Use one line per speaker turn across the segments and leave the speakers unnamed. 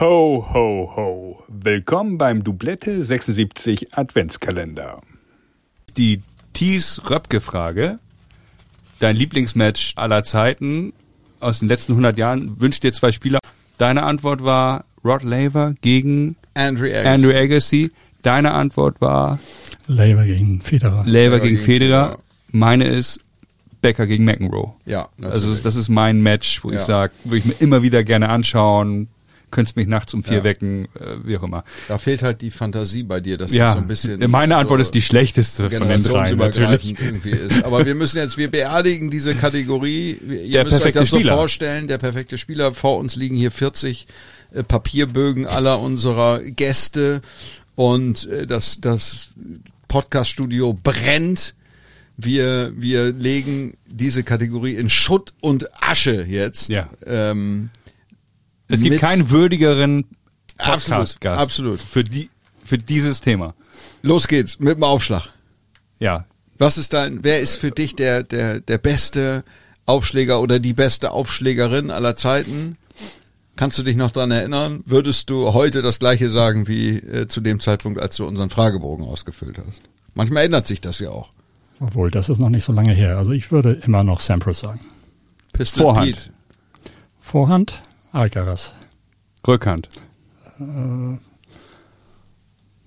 Ho, ho, ho. Willkommen beim Doublette 76 Adventskalender.
die Thies Röpke-Frage. Dein Lieblingsmatch aller Zeiten aus den letzten 100 Jahren. Wünsch dir zwei Spieler. Deine Antwort war Rod Laver gegen
Andrew Agassi.
Andrew Agassi. Deine Antwort war
Labour gegen Federer.
Laver gegen,
gegen
Federer.
Federer.
Meine ist Becker gegen McEnroe.
Ja, natürlich.
Also das ist mein Match, wo ich
Ja.
sage, würde ich mir immer wieder gerne anschauen. Könntest mich nachts um vier
Ja.
wecken, äh, wie auch immer.
Da fehlt halt die Fantasie bei dir, dass das
Ja,
so ein bisschen.
meine Antwort
so
ist die schlechteste von den dreien, natürlich.
generationsübergreifend Irgendwie ist. Aber wir müssen jetzt, wir beerdigen diese Kategorie. Wir- Ihr
Der
müsst euch
perfekte
das so
Spieler.
vorstellen, der perfekte Spieler. Vor uns liegen hier 40 äh, Papierbögen aller unserer Gäste und äh, das, das Podcaststudio brennt. Wir, wir legen diese Kategorie in Schutt und Asche jetzt.
Ja.
Ähm,
Es gibt
mit-
keinen würdigeren
Absolut,
Podcast-Gast
absolut.
Für, die, für dieses Thema.
Los geht's mit dem Aufschlag.
Ja,
Was ist dein, wer ist für dich der, der, der beste Aufschläger oder die beste Aufschlägerin aller Zeiten? Kannst du dich noch dran erinnern? Würdest du heute das gleiche sagen wie äh, zu dem Zeitpunkt, als du unseren Fragebogen ausgefüllt hast? Manchmal ändert sich das ja auch.
Obwohl, das ist noch nicht so lange her. Also ich würde immer noch Sampras sagen.
Pistol
Vorhand.
Pete.
Vorhand Alcaraz.
Rückhand. Äh.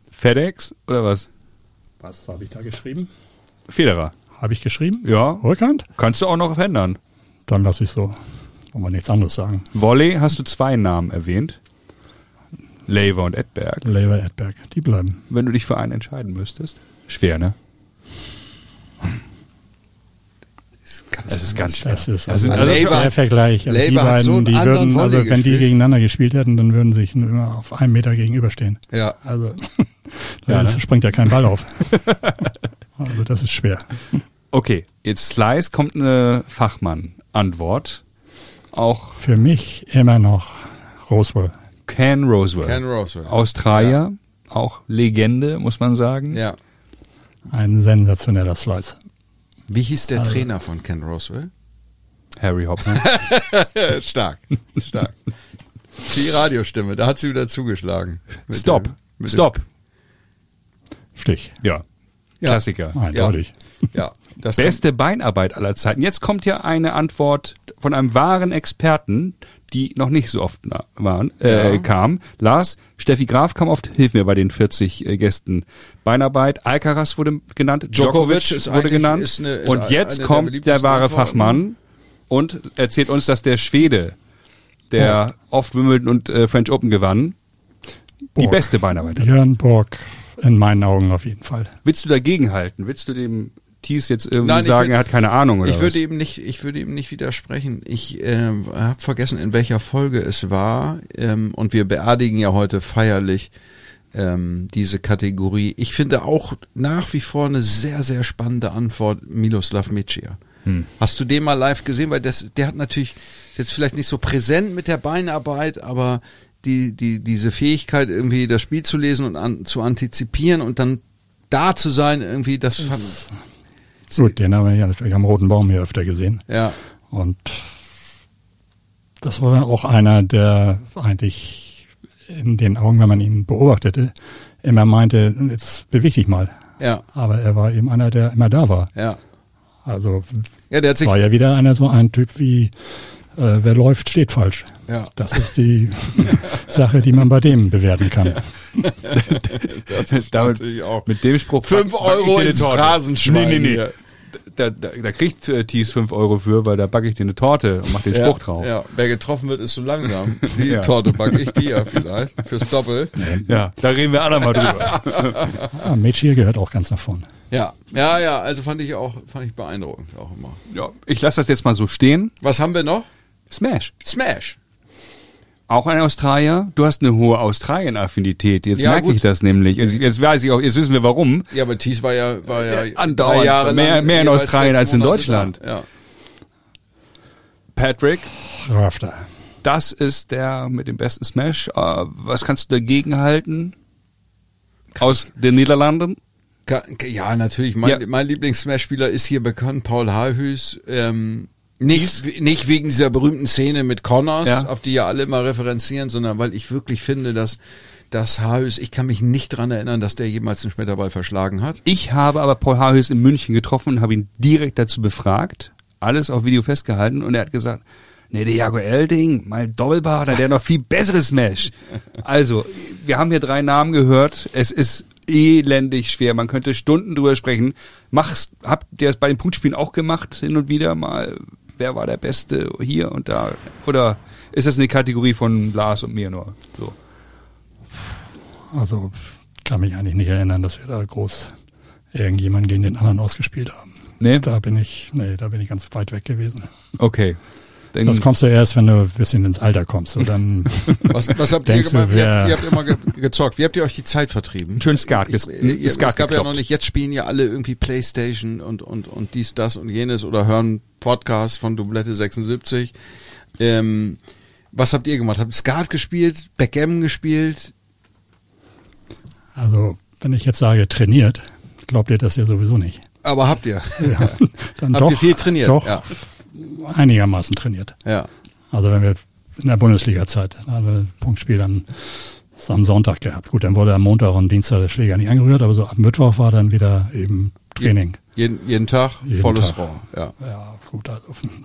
FedEx oder was?
Was habe ich da geschrieben?
Federer.
Habe ich geschrieben?
Ja,
Rückhand?
kannst du auch noch ändern.
Dann lasse ich so. Wollen wir nichts anderes sagen.
Volley hast du zwei Namen erwähnt. Lever und Edberg.
Labour Edberg. Die bleiben.
Wenn du dich für einen entscheiden müsstest. Schwer, ne? Das ist ganz schwer.
Das ist
Also
also,
Labour-
der Vergleich. Also die
Labour hat
beiden,
so einen
die
anderen
würden, also
Volley
wenn die
gespielt.
gegeneinander gespielt hätten, dann würden sich immer auf einem Meter gegenüberstehen.
Ja.
Also
Ja,
da ist-
ne?
springt ja kein Ball auf. also das ist schwer.
Okay, jetzt Slice kommt eine Fachmann-Antwort. Auch
Für mich immer noch Roswell.
Ken Rosewell.
Ken Rosewell.
Australier, auch Legende, muss man sagen.
Ja.
Ein sensationeller Slice.
Wie hieß
Also.
der Trainer von Ken Roswell?
Harry Hopman.
Äh, stark. Stark. Die Radiostimme, da hat sie wieder zugeschlagen. Mit
Stop.
dem- mit dem-
Stop.
Stich.
Ja.
Ja.
Klassiker.
Eindeutig.
Ja. Das
Beste Beinarbeit aller Zeiten. Jetzt kommt ja eine Antwort von einem wahren Experten, die noch nicht so oft na- waren, äh, kam. Lars, Steffi Graf kam oft, hilf mir bei den 40 äh, Gästen. Beinarbeit, Alcaraz wurde genannt, Djokovic,
Djokovic ist
wurde
eigentlich-
genannt.
ist eine- ist
und
eine
jetzt
der
kommt der,
beliebtesten
wahre
Antworten.
Fachmann und erzählt uns, dass der Schwede, der oft Wimbledon und äh, French Open gewann, die
Borg.
beste Beinarbeit. hat.
Björn Borg in meinen Augen auf jeden Fall.
Willst du dagegen halten? Willst du dem Thies jetzt irgendwie
Nein, ich
sagen,
würd-
er hat keine Ahnung oder
ich würde
was?
ihm nicht, ich würde ihm nicht widersprechen. Ich ähm, habe vergessen, in welcher Folge es war. Ähm, und wir beerdigen ja heute feierlich ähm, diese Kategorie. Ich finde auch nach wie vor eine sehr, sehr spannende Antwort Miloslav Miccia.
Hm.
Hast du den mal live gesehen? Weil das, der hat natürlich ist jetzt vielleicht nicht so präsent mit der Beinarbeit, aber die, die, diese Fähigkeit irgendwie das Spiel zu lesen und an, zu antizipieren und dann da zu sein, irgendwie, das fand,
Gut, den haben wir ja natürlich am Roten Baum hier öfter gesehen.
ja.
Und das war auch einer, der eigentlich in den Augen, wenn man ihn beobachtete, immer meinte, jetzt beweg dich mal.
Ja.
Aber er war eben einer, der immer da war.
Ja.
Also
Ja, der hat sich.
war ja wieder einer so ein Typ wie, äh, wer läuft, steht falsch.
Ja.
Das ist die Sache, die man bei dem bewerten kann.
Damit,
natürlich auch.
Mit dem Spruch.
Fünf
back- back ich
Euro
dir eine
ins
Torte.
Phrasenschwein
Nee, nee, nee.
hier.
Da, da, da kriegt äh, Thies 5 Euro für, weil da backe ich dir eine Torte und mach den
Ja,
Spruch drauf. Ja.
ja, wer getroffen wird, ist so langsam. Die
Ja.
Torte backe ich dir ja vielleicht fürs Doppel.
da reden wir alle mal drüber.
Ah, Mädchen gehört auch ganz nach vorne.
Ja, ja, ja. Also fand ich auch, fand ich beeindruckend auch immer.
ja, ich lasse das jetzt mal so stehen.
Was haben wir noch?
Smash.
Smash.
Auch ein Australier. Du hast eine hohe Australien-Affinität. Jetzt
Ja,
merke
gut.
ich das nämlich. Jetzt, jetzt weiß ich auch, jetzt wissen wir warum.
Ja, aber Thies war ja, war ja
Andauernd.
drei Jahre
Mehr-
lang
mehr in
jeweils
Australien
sechs
als in
Monate
Deutschland.
da. Ja.
Patrick,
Rafter.
das ist der mit dem besten Smash. Äh, was kannst du dagegen halten? Aus den Niederlanden?
Ka- ka- Ja, natürlich. Mein,
Ja.
mein Lieblings-Smash-Spieler ist hier bekannt, Paul Haarhüß. Ähm, Nicht, nicht wegen dieser berühmten Szene mit Connors,
Ja.
auf die ja alle immer referenzieren, sondern weil ich wirklich finde, dass das Harris, ich kann mich nicht dran erinnern, dass der jemals einen Späterball verschlagen hat.
Ich habe aber Paul Harris in München getroffen und habe ihn direkt dazu befragt, alles auf Video festgehalten und er hat gesagt, nee, der Jago Elding, mein Doppelbart, der hat noch viel besseres Smash. Also, wir haben hier drei Namen gehört, es ist elendig schwer, man könnte Stunden drüber sprechen. Machst, habt ihr es bei den Punktspielen auch gemacht, hin und wieder mal, wer war der Beste hier und da? Oder ist das eine Kategorie von Lars und mir nur? So.
Also kann mich eigentlich nicht erinnern, dass wir da groß irgendjemanden gegen den anderen ausgespielt haben.
Nee?
Da bin ich, nee, da bin ich ganz weit weg gewesen.
Okay.
Mhm.
Dann-
Das kommst du erst, wenn du ein bisschen ins Alter kommst. So, dann
Was, was habt ihr
Denkst du,
gemacht? ihr, habt,
wer-
ihr habt immer ge gezockt. Wie habt ihr euch die Zeit vertrieben?
Schön Skat
Ich,
ges-
ihr, es
Skat
gab ja
gekloppt.
noch nicht, jetzt spielen ja alle irgendwie Playstation und, und, und dies, das und jenes oder hören Podcasts von Doublette 76. Ähm, was habt ihr gemacht? Habt ihr Skat gespielt, Backgammon gespielt?
also, wenn ich jetzt sage, trainiert, glaubt ihr das ja sowieso nicht.
Aber habt ihr.
Dann
Habt ihr viel trainiert?
Doch,
Ja.
einigermaßen trainiert.
ja.
Also wenn wir in der Bundesliga-Zeit, da haben wir Punktspiel am, am Sonntag gehabt. Gut, dann wurde am Montag und Dienstag der Schläger nicht angerührt, aber so ab Mittwoch war dann wieder eben Training.
Jeden, jeden Tag
Jeden
volles
Tag.
Rohr. Ja.
Ja, gut, also,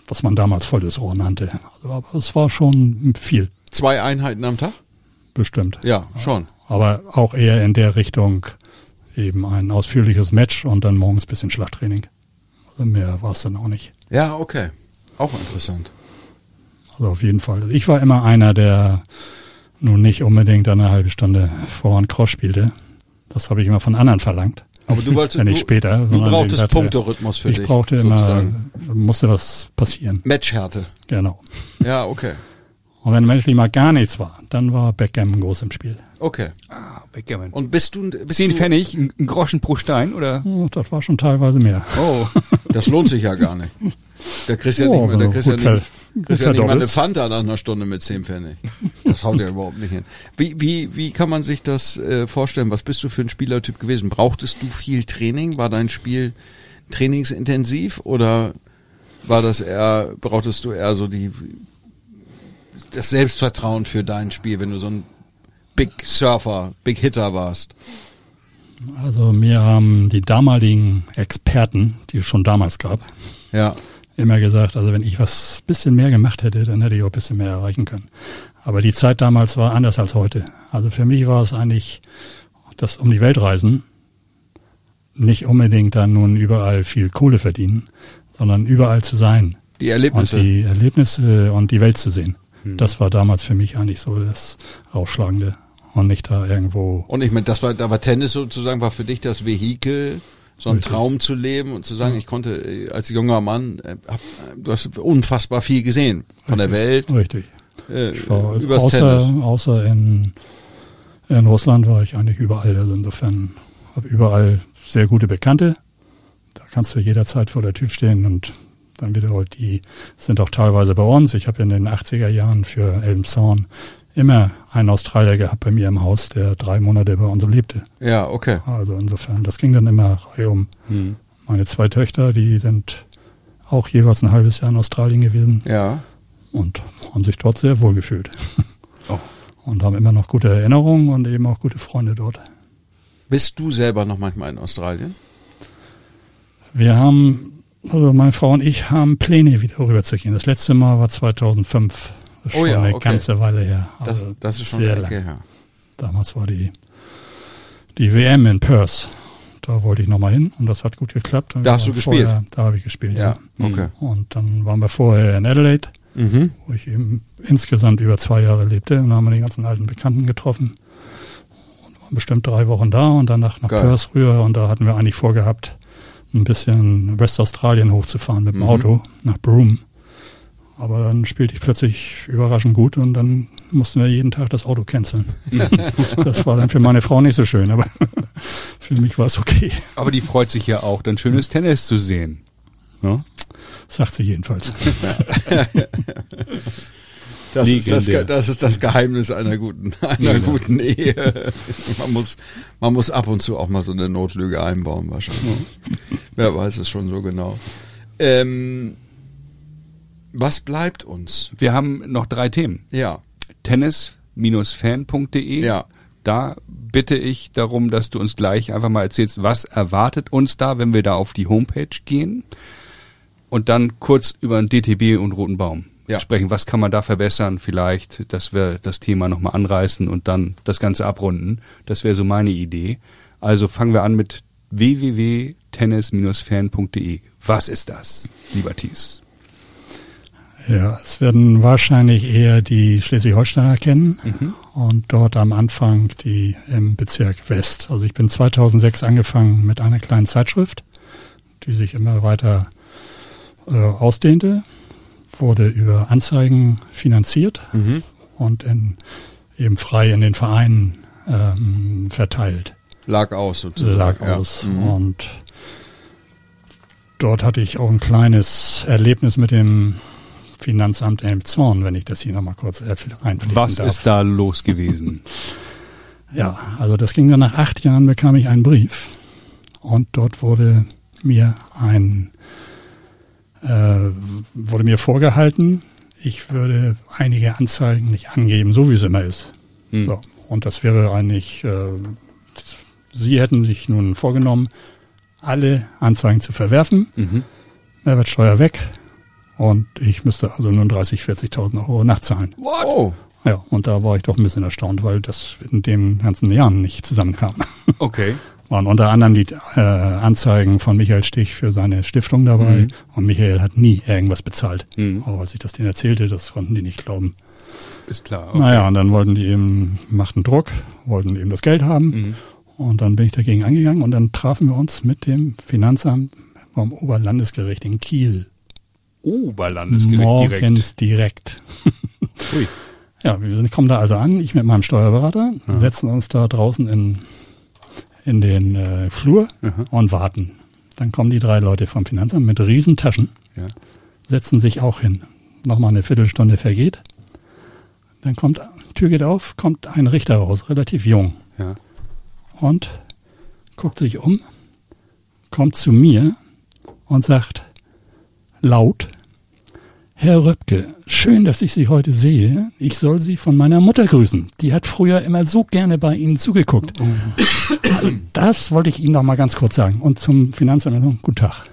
was man damals volles Rohr nannte. Also, aber es war schon viel,
Zwei Einheiten am Tag?
bestimmt.
Ja, schon.
Aber auch eher in der Richtung eben ein ausführliches Match und dann morgens bisschen Schlagtraining. Also mehr war es dann auch nicht.
Ja, okay. Auch interessant.
Also auf jeden Fall. Ich war immer einer, der nun nicht unbedingt eine halbe Stunde vor und Cross spielte. Das habe ich immer von anderen verlangt.
Aber du wolltest
ja nicht
du,
später.
du
sondern ich
brauchtest
hatte-
Punkterhythmus für
Ich
dich.
brauchte immer,
sozusagen.
musste was passieren.
Matchhärte.
Genau.
Ja, okay.
Und wenn menschlich mal gar nichts war, dann war Backgammon groß im Spiel.
Okay.
Ah, Backgammon.
Und bist du, bist
10
du
Pfennig, ein ein Groschen pro Stein, oder?
Oh, das war schon teilweise mehr.
Oh.
Das lohnt sich ja gar nicht. Da kriegst du ja
Oh,
nicht mehr, da
aber
kriegst du
gut
ja nicht,
ver-
kriegst ja nicht mal eine
verdoppelt's.
Fanta nach einer Stunde mit 10 Pfennig. Das haut ja überhaupt nicht hin. Wie, wie, wie kann man sich das äh, vorstellen? Was bist du für ein Spielertyp gewesen? Brauchtest du viel Training? War dein Spiel trainingsintensiv oder war das eher, brauchtest du eher so die, das Selbstvertrauen für dein Spiel, wenn du so ein Big Surfer, Big Hitter warst?
Also mir haben die damaligen Experten, die es schon damals gab,
Ja.
immer gesagt, also wenn ich was bisschen mehr gemacht hätte, dann hätte ich auch ein bisschen mehr erreichen können. Aber die Zeit damals war anders als heute. Also für mich war es eigentlich das um die Welt reisen, nicht unbedingt dann nun überall viel Kohle verdienen, sondern überall zu sein
Die
und
Erlebnisse.
die Erlebnisse und die Welt zu sehen.
Hm.
Das war damals für mich eigentlich so das Ausschlagende und nicht da irgendwo
Und ich meine, das war, da war Tennis sozusagen, war für dich das Vehikel, so einen
Richtig.
Traum zu leben und zu sagen, ich konnte äh, als junger Mann, äh, hab, äh, du hast unfassbar viel gesehen von der Welt,
richtig.
äh,
Ich war
übers Tennis.
außer, außer in, in Russland war ich eigentlich überall. Also insofern habe überall sehr gute Bekannte. Da kannst du jederzeit vor der Tür stehen und dann wieder, oh, die sind auch teilweise bei uns. Ich habe in den 80er Jahren für Elmshorn immer einen Australier gehabt bei mir im Haus, der drei Monate bei uns lebte.
Ja, okay.
Also insofern, das ging dann immer Reihe um.
Mhm.
Meine zwei Töchter, die sind auch jeweils ein halbes Jahr in Australien gewesen
Ja.
und haben sich dort sehr wohl gefühlt.
Oh.
Und haben immer noch gute Erinnerungen und eben auch gute Freunde dort.
Bist du selber noch manchmal in Australien?
Wir haben, also meine Frau und ich haben Pläne, wieder rüber zu gehen. Das letzte Mal war 2005. Das ist
Oh
schon
ja,
eine
okay.
ganze Weile her.
Das,
Also
das ist schon
sehr
eine
lang.
Ecke her.
Damals war die, die WM in Perth. Da wollte ich nochmal hin und das hat gut geklappt. Und
Da
wir
hast du
waren
gespielt?
Vorher, da habe ich gespielt, ja.
Ja, okay.
Und dann waren wir vorher in Adelaide,
Mhm.
wo ich eben insgesamt über zwei Jahre lebte. Und da haben wir die ganzen alten Bekannten getroffen. Und waren bestimmt drei Wochen da und danach nach
Geil.
Perth rüber. Und da hatten wir eigentlich vorgehabt, ein bisschen Westaustralien hochzufahren mit dem
Mhm.
Auto nach Broome. Aber dann spielte ich plötzlich überraschend gut und dann mussten wir jeden Tag das Auto canceln. das war dann für meine Frau nicht so schön, aber für mich war es okay,
Aber die freut sich ja auch, dann schönes Tennis zu sehen. ne? Ja?
sagt sie jedenfalls.
Das, ist das,
Legendär.
Ge- das ist das Geheimnis einer guten, einer guten Ehe. Man muss, man muss ab und zu auch mal so eine Notlüge einbauen wahrscheinlich. Wer weiß es schon so genau. Ähm, Was bleibt uns?
Wir haben noch drei Themen.
Ja,
Tennis-fan.de.
Ja.
Da bitte ich darum, dass du uns gleich einfach mal erzählst, was erwartet uns da, wenn wir da auf die Homepage gehen. Und dann kurz über den DTB und Roten Baum
Ja.
sprechen. Was kann man da verbessern vielleicht, dass wir das Thema nochmal anreißen und dann das Ganze abrunden. Das wäre so meine Idee. Also fangen wir an mit www.tennis-fan.de. Was ist das, lieber Thies?
Ja, es werden wahrscheinlich eher die Schleswig-Holsteiner kennen und dort am Anfang die im Bezirk West. Also ich bin 2006 angefangen mit einer kleinen Zeitschrift, die sich immer weiter äh, ausdehnte, wurde über Anzeigen finanziert und in, eben frei in den Vereinen ähm, verteilt
lag aus sozusagen.
lag
ja.
aus.
Mhm.
Und dort hatte ich auch ein kleines Erlebnis mit dem Finanzamt Elmshorn, wenn ich das hier nochmal kurz einfliegen
Was
darf.
ist da los gewesen?
Ja, also das ging dann nach acht Jahren, bekam ich einen Brief. Und dort wurde mir ein, äh, wurde mir vorgehalten, ich würde einige Anzeigen nicht angeben, so wie es immer ist.
Hm.
So. Und das wäre eigentlich, äh, Sie hätten sich nun vorgenommen, alle Anzeigen zu verwerfen,
Mhm.
Mehrwertsteuer weg. Und ich müsste also nun 30, 40.000 Euro nachzahlen.
Oh,
Ja, und da war ich doch ein bisschen erstaunt, weil das in den ganzen Jahren nicht zusammenkam.
Okay.
Waren unter anderem die äh, Anzeigen von Michael Stich für seine Stiftung dabei und Michael hat nie irgendwas bezahlt.
Mhm.
Aber als ich das denen erzählte, das konnten die nicht glauben.
Ist klar.
Naja, und dann wollten die eben, machten Druck, wollten eben das Geld haben und dann bin ich dagegen angegangen und dann trafen wir uns mit dem Finanzamt vom Oberlandesgericht in Kiel.
Uh, Oberlandesgericht
Morgens direkt.
direkt. Ui.
Ja, wir sind, kommen da also an, ich mit meinem Steuerberater, setzen uns da draußen in, in den äh, Flur und warten. Dann kommen die drei Leute vom Finanzamt mit riesen Taschen,
Ja.
setzen sich auch hin. Nochmal eine Viertelstunde vergeht. Dann kommt, Tür geht auf, kommt ein Richter raus, relativ jung,
Ja.
und guckt sich um, kommt zu mir und sagt laut, Herr Röpke, schön, dass ich Sie heute sehe. Ich soll Sie von meiner Mutter grüßen. Die hat früher immer so gerne bei Ihnen zugeguckt. Also das wollte ich Ihnen noch mal ganz kurz sagen. Und zum Finanzamt noch, guten Tag.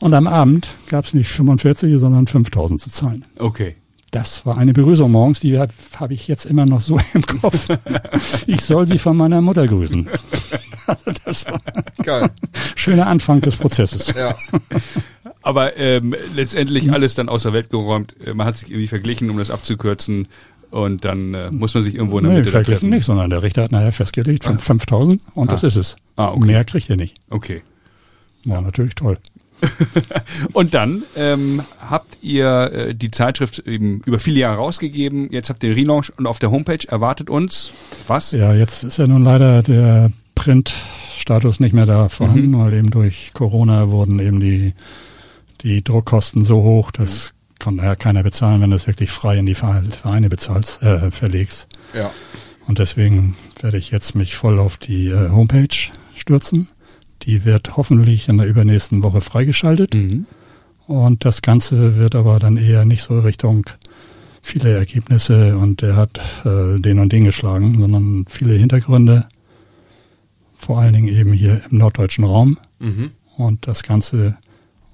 und am Abend gab es nicht 45, sondern 5000 zu zahlen.
Okay.
Das war eine Begrüßung morgens, die habe hab ich jetzt immer noch so im Kopf. Ich soll sie von meiner Mutter grüßen. Also das war ein
geil.
schöner Anfang des Prozesses.
ja.
Aber ähm,
Hm.
letztendlich alles dann aus der Welt geräumt. Äh, Man hat sich irgendwie verglichen, um das abzukürzen. Und dann äh, muss man sich irgendwo in der
Nee,
Mitte da
verglichen
treffen.
nicht, sondern der Richter hat nachher festgelegt, fünf- 5000 und das
Ah.
ist es.
Ah, okay.
Mehr kriegt er nicht.
Okay.
War natürlich toll.
Und dann ähm, habt ihr äh, die Zeitschrift eben über viele Jahre rausgegeben. Jetzt habt ihr den Relaunch und auf der Homepage erwartet uns was?
Ja, jetzt ist ja nun leider der Print-Status nicht mehr da vorhanden,
Mhm.
weil eben durch Corona wurden eben die, die Druckkosten so hoch, das
Mhm.
kann ja keiner bezahlen, wenn du es wirklich frei in die Vereine bezahlst, äh, verlegst.
ja.
Und deswegen werde ich jetzt mich voll auf die äh, Homepage stürzen. Die wird hoffentlich in der übernächsten Woche freigeschaltet.
Mhm.
Und das Ganze wird aber dann eher nicht so Richtung viele Ergebnisse und er hat äh, den und den geschlagen, sondern viele Hintergründe. Vor allen Dingen eben hier im norddeutschen Raum.
Mhm.
Und das Ganze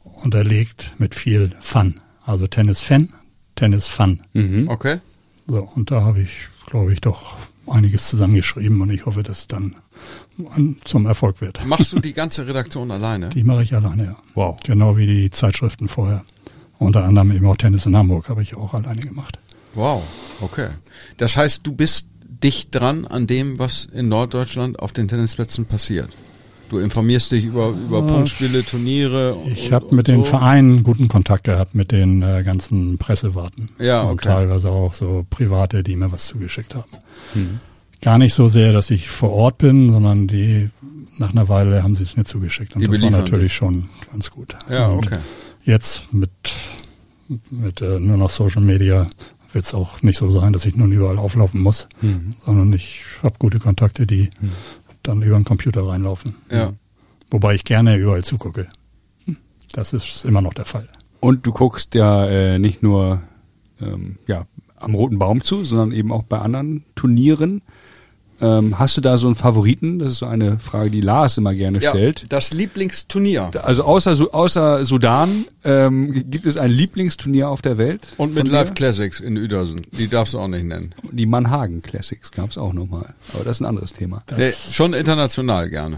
unterlegt mit viel Fun. Also Tennis-Fan, Tennis-Fun.
Mhm.
Okay.
So, und da habe ich, glaube ich, doch einiges zusammengeschrieben und ich hoffe, dass es dann an, zum Erfolg wird.
Machst du die ganze Redaktion alleine?
Die mache ich alleine, ja.
Wow.
Genau wie die Zeitschriften vorher. Unter anderem eben auch Tennis in Hamburg habe ich auch alleine gemacht.
Wow, okay. Das heißt, du bist dicht dran an dem, was in Norddeutschland auf den Tennisplätzen passiert. Du informierst dich über, über Punktspiele, Turniere. und-
Ich
und-
habe
und
mit den
so.
Vereinen guten Kontakt gehabt, mit den äh, ganzen Pressewarten.
Ja,
Und
okay.
teilweise auch so Private, die mir was zugeschickt haben.
Mhm.
Gar nicht so sehr, dass ich vor Ort bin, sondern die nach einer Weile haben sie es mir zugeschickt. Und
Die
das war
beliefern
natürlich
dich.
schon ganz gut.
Ja,
Und
okay.
Jetzt mit, mit äh, nur noch Social Media wird es auch nicht so sein, dass ich nun überall auflaufen muss,
Mhm.
sondern ich habe gute Kontakte, die dann über den Computer reinlaufen.
Ja.
Wobei ich gerne überall zugucke. Das Hm. ist immer noch der Fall.
Und du guckst ja äh, nicht nur ähm, ja, am Roten Baum zu, sondern eben auch bei anderen Turnieren. Ähm, hast du da so einen Favoriten? Das ist so eine Frage, die Lars immer gerne stellt.
das Lieblingsturnier.
Also außer, Su- außer Sudan ähm, gibt es ein Lieblingsturnier auf der Welt.
Und mit
von dir?
Live Classics in Uedersen. Die darfst du auch nicht nennen.
Die Mannhagen Classics gab es auch nochmal. Aber das ist ein anderes Thema.
Nee, schon international gerne.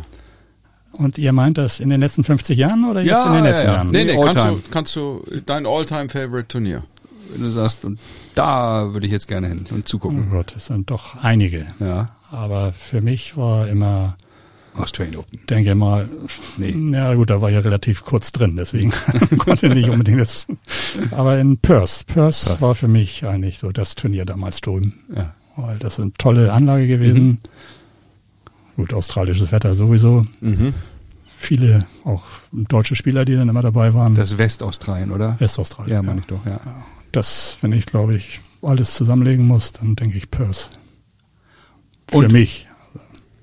Und ihr meint das in den letzten 50 Jahren oder
Ja,
jetzt in den
ja,
letzten
ja.
Jahren?
Nee,
Die
nee, kannst du,
Alltime.
kannst du dein All-Time-Favorite-Turnier.
Wenn du sagst, und da würde ich jetzt gerne hin und
Oh
Mhm.
zugucken.
Gott, es sind doch einige.
Ja.
Aber für mich war immer,
Australian Open.
denke mal,
Nee.
ja gut, da war ich ja relativ kurz drin, deswegen konnte nicht unbedingt das. Aber in Perth. Perth
Perth.
war für mich eigentlich so das Turnier damals drüben.
Ja.
Weil das eine tolle Anlage gewesen.
Mhm.
Gut, australisches Wetter sowieso.
Mhm,
Viele, auch deutsche Spieler, die dann immer dabei waren.
Das Westaustralien, oder?
Westaustralien.
Ja, meine ich doch, ja.
Das, wenn ich, glaube ich, alles zusammenlegen muss, dann denke ich Perth. Für
Und-
mich.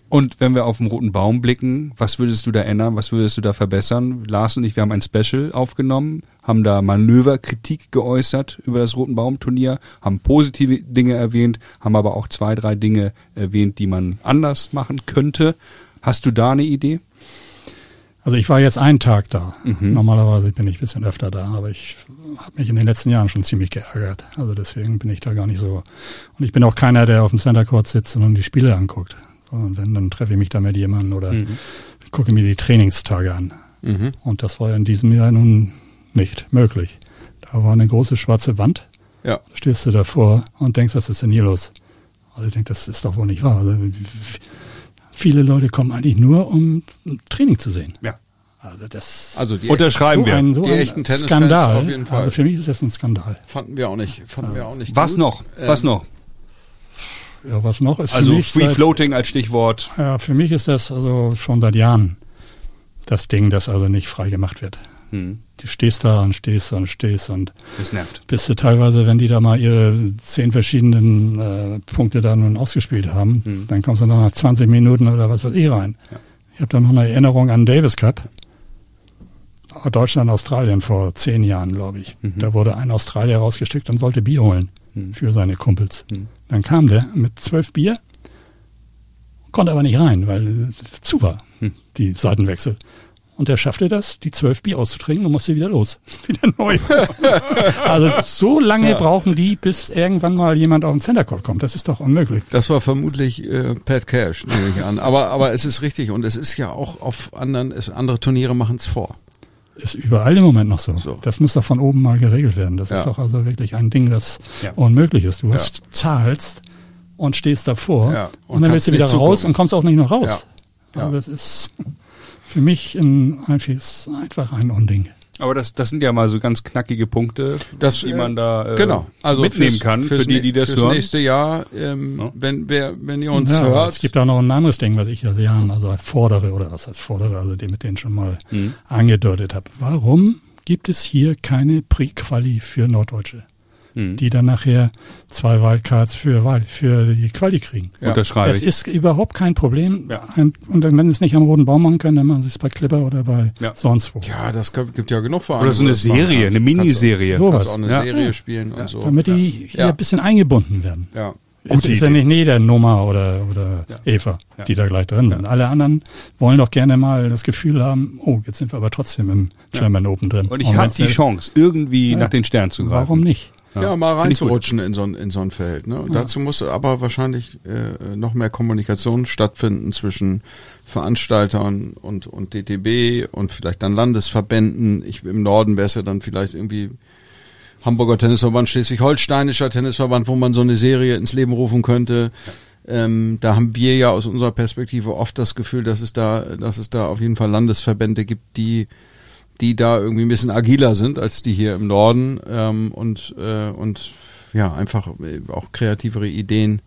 Und wenn wir auf den roten Baum blicken, was würdest du da ändern? Was würdest du da verbessern? Lars und ich, wir haben ein Special aufgenommen, haben da Manöverkritik geäußert über das Roten Baum-Turnier, haben positive Dinge erwähnt, haben aber auch zwei, drei Dinge erwähnt, die man anders machen könnte. Hast du da eine Idee?
Also ich war jetzt einen Tag da. Normalerweise bin ich ein bisschen öfter da, aber ich habe mich in den letzten Jahren schon ziemlich geärgert. Also deswegen bin ich da gar nicht so. Und ich bin auch keiner, der auf dem Center Court sitzt und die Spiele anguckt. Und wenn, dann treffe ich mich da mit jemandem oder gucke mir die Trainingstage an.
mhm.
Und das war ja in diesem Jahr nun nicht möglich. Da war eine große schwarze Wand.
Ja.
stehst du davor und denkst, was ist denn hier los? Also ich denke, das ist doch wohl nicht wahr. Also, w- w- viele Leute kommen eigentlich nur, um Training zu sehen.
Ja.
Also das
Also die
Unterschreiben
so
wir.
ein, so
Die echten
ein
Tennisfans
Skandal.
auf jeden Fall.
Also für mich ist das ein Skandal.
fanden wir auch nicht, fanden wir auch nicht
Was
gut.
noch? Was
Ähm,
noch?
Ja, was noch ist für
Also
mich
Free
seit-
Floating als Stichwort.
Ja, für mich ist das also schon seit Jahren das Ding, das also nicht frei gemacht wird.
Hm,
Du stehst da und stehst und stehst und
das nervt.
bist du teilweise, wenn die da mal ihre zehn verschiedenen äh, Punkte da nun ausgespielt haben,
Mhm.
dann kommst du noch nach 20 Minuten oder was weiß ich rein. Ich habe da noch eine Erinnerung an Davis Cup. Deutschland, Australien vor zehn Jahren, glaube ich. Da wurde ein Australier rausgeschickt und sollte Bier holen
Mhm.
für seine Kumpels.
Mhm.
Dann kam der mit zwölf Bier, konnte aber nicht rein, weil äh, zu war,
Mhm.
die Seitenwechsel. Und er schaffte das, die zwölf Bier auszutrinken und musste wieder los. Wieder neu. Also so lange brauchen die, bis irgendwann mal jemand auf den Center Court kommt. Das ist doch unmöglich.
Das war vermutlich äh, Pat Cash, nehme ich an. Aber, aber es ist richtig und es ist ja auch auf anderen, es, andere Turniere machen es vor.
Ist überall im Moment noch so.
So.
Das muss doch von oben mal geregelt werden. Das
Ja.
ist doch also wirklich ein Ding, das
Ja.
unmöglich ist. Du hast zahlst und stehst davor
Ja,
und,
und
dann
kannst
willst du wieder
nicht
raus
zugucken.
und kommst auch nicht noch raus.
Ja.
Also
Ja.
das ist für mich ein, einfaches- einfach ein Unding.
Aber das, das sind ja mal so ganz knackige Punkte,
Das,
die
äh,
man da äh,
genau. Also
mitnehmen
fürs-
kann, für
fürs
die, die
nä-
das
fürs
hören.
nächste Jahr, ähm,
Ja.
wenn, wer, wenn ihr uns
Ja, aber
hört.
Es gibt da noch ein anderes Ding, was ich seit Jahren also fordere oder was heißt fordere, also dem mit denen schon mal
Hm.
angedeutet habe. Warum gibt es hier keine Pre-Quali für Norddeutsche,
Hm.
die dann nachher zwei Wildcards für, Wahl- für die Quali kriegen?
Ja.
Unterschreibe
Das
ich.
ist überhaupt kein Problem.
Ja.
Ein, und dann, wenn sie es nicht am roten Baum machen können, dann machen sie es bei Clipper oder bei
Ja.
sonst wo.
ja, das gibt gibt ja genug Vereine.
Oder so
wo
eine
das machen
Serie,
kannst.
eine Miniserie.
So.
Kannst, kannst auch eine
Ja.
Serie spielen und so.
Damit die hier
Ja.
ein bisschen eingebunden werden.
ja.
Es ist ja nicht jeder Nummer oder, oder Eva,
Ja.
die da gleich drin sind. Alle anderen wollen doch gerne mal das Gefühl haben, oh, jetzt sind wir aber trotzdem im German Open drin.
Und ich hatte die
wenn's- halt-
Chance, irgendwie
Ja.
nach den Sternen zu greifen.
Warum nicht?
Ja, mal
Find ich gut.
reinzurutschen in so, ein- in so ein Feld. Ne? Und Dazu muss aber wahrscheinlich äh, noch mehr Kommunikation stattfinden zwischen Veranstaltern und, und DTB und vielleicht dann Landesverbänden. Ich, Im Norden wäre es ja dann vielleicht irgendwie Hamburger Tennisverband, Schleswig-Holsteinischer Tennisverband, wo man so eine Serie ins Leben rufen könnte. Ähm, da haben wir ja aus unserer Perspektive oft das Gefühl, dass es da, dass es da auf jeden Fall Landesverbände gibt, die die da irgendwie ein bisschen agiler sind als die hier im Norden ähm, und, äh, und ja, einfach äh, auch kreativere Ideen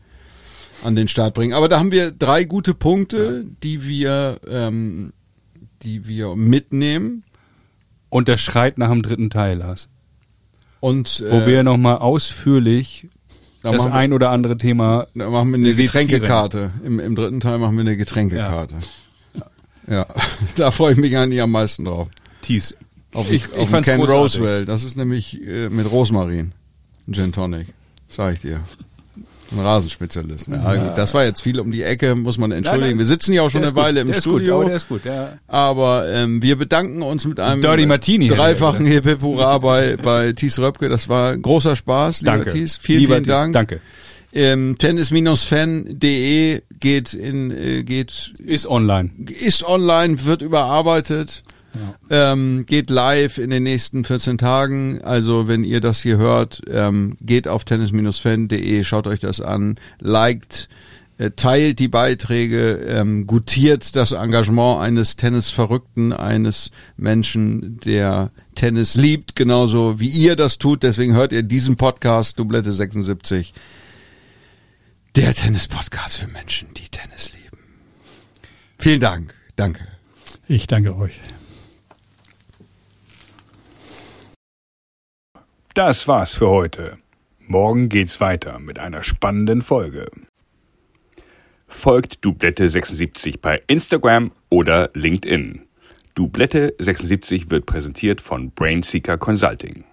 an den Start bringen. Aber da haben wir drei gute Punkte, die wir, ähm, die wir mitnehmen
Und der schreit nach dem dritten Teil, Lars.
und äh,
Wo wir nochmal ausführlich
da
das
machen wir-
ein oder andere Thema.
Da machen wir eine
Sezieren.
Getränkekarte. Im, Im dritten Teil machen wir eine Getränkekarte. Ja. da freue ich mich eigentlich am meisten drauf.
Tease.
Auf,
Ich-
ich,
ich
auf ich
fand's
Ken
großartig.
Roswell. Das ist nämlich äh, mit Rosmarin. Ein Gin Tonic. Sag ich dir. Ein Rasenspezialist. Ne? Ah, gut, Das war jetzt viel um die Ecke, muss man entschuldigen.
nein.
Wir sitzen ja auch schon
Der
eine
ist gut,
Weile im
der ist Gut,
Studio.
aber der ist gut, ja.
Aber ähm, wir bedanken uns mit einem
Dirty Martini.
dreifachen Hip Hip Hurra bei, bei Thies Röpke. Das war großer Spaß, lieber
Danke.
Thies. Vielen,
Lieber
vielen
Thies,
Dank.
Danke.
Ähm, Tennis-Fan.de geht in äh, geht
Ist online.
ist online, wird überarbeitet, ähm, geht live in den nächsten 14 Tagen. Also wenn ihr das hier hört, ähm, geht auf tennis-fan.de, schaut euch das an, liked, äh, teilt die Beiträge, ähm, gutiert das Engagement eines Tennisverrückten, eines Menschen, der Tennis liebt, genauso wie ihr das tut. Deswegen hört ihr diesen Podcast, Dublette 76. Der Tennis-Podcast für Menschen, die Tennis lieben. Vielen Dank. Danke.
Ich danke euch.
Das war's für heute. Morgen geht's weiter mit einer spannenden Folge. Folgt Dublette 76 bei Instagram oder LinkedIn. Dublette 76 wird präsentiert von Brainseeker Consulting.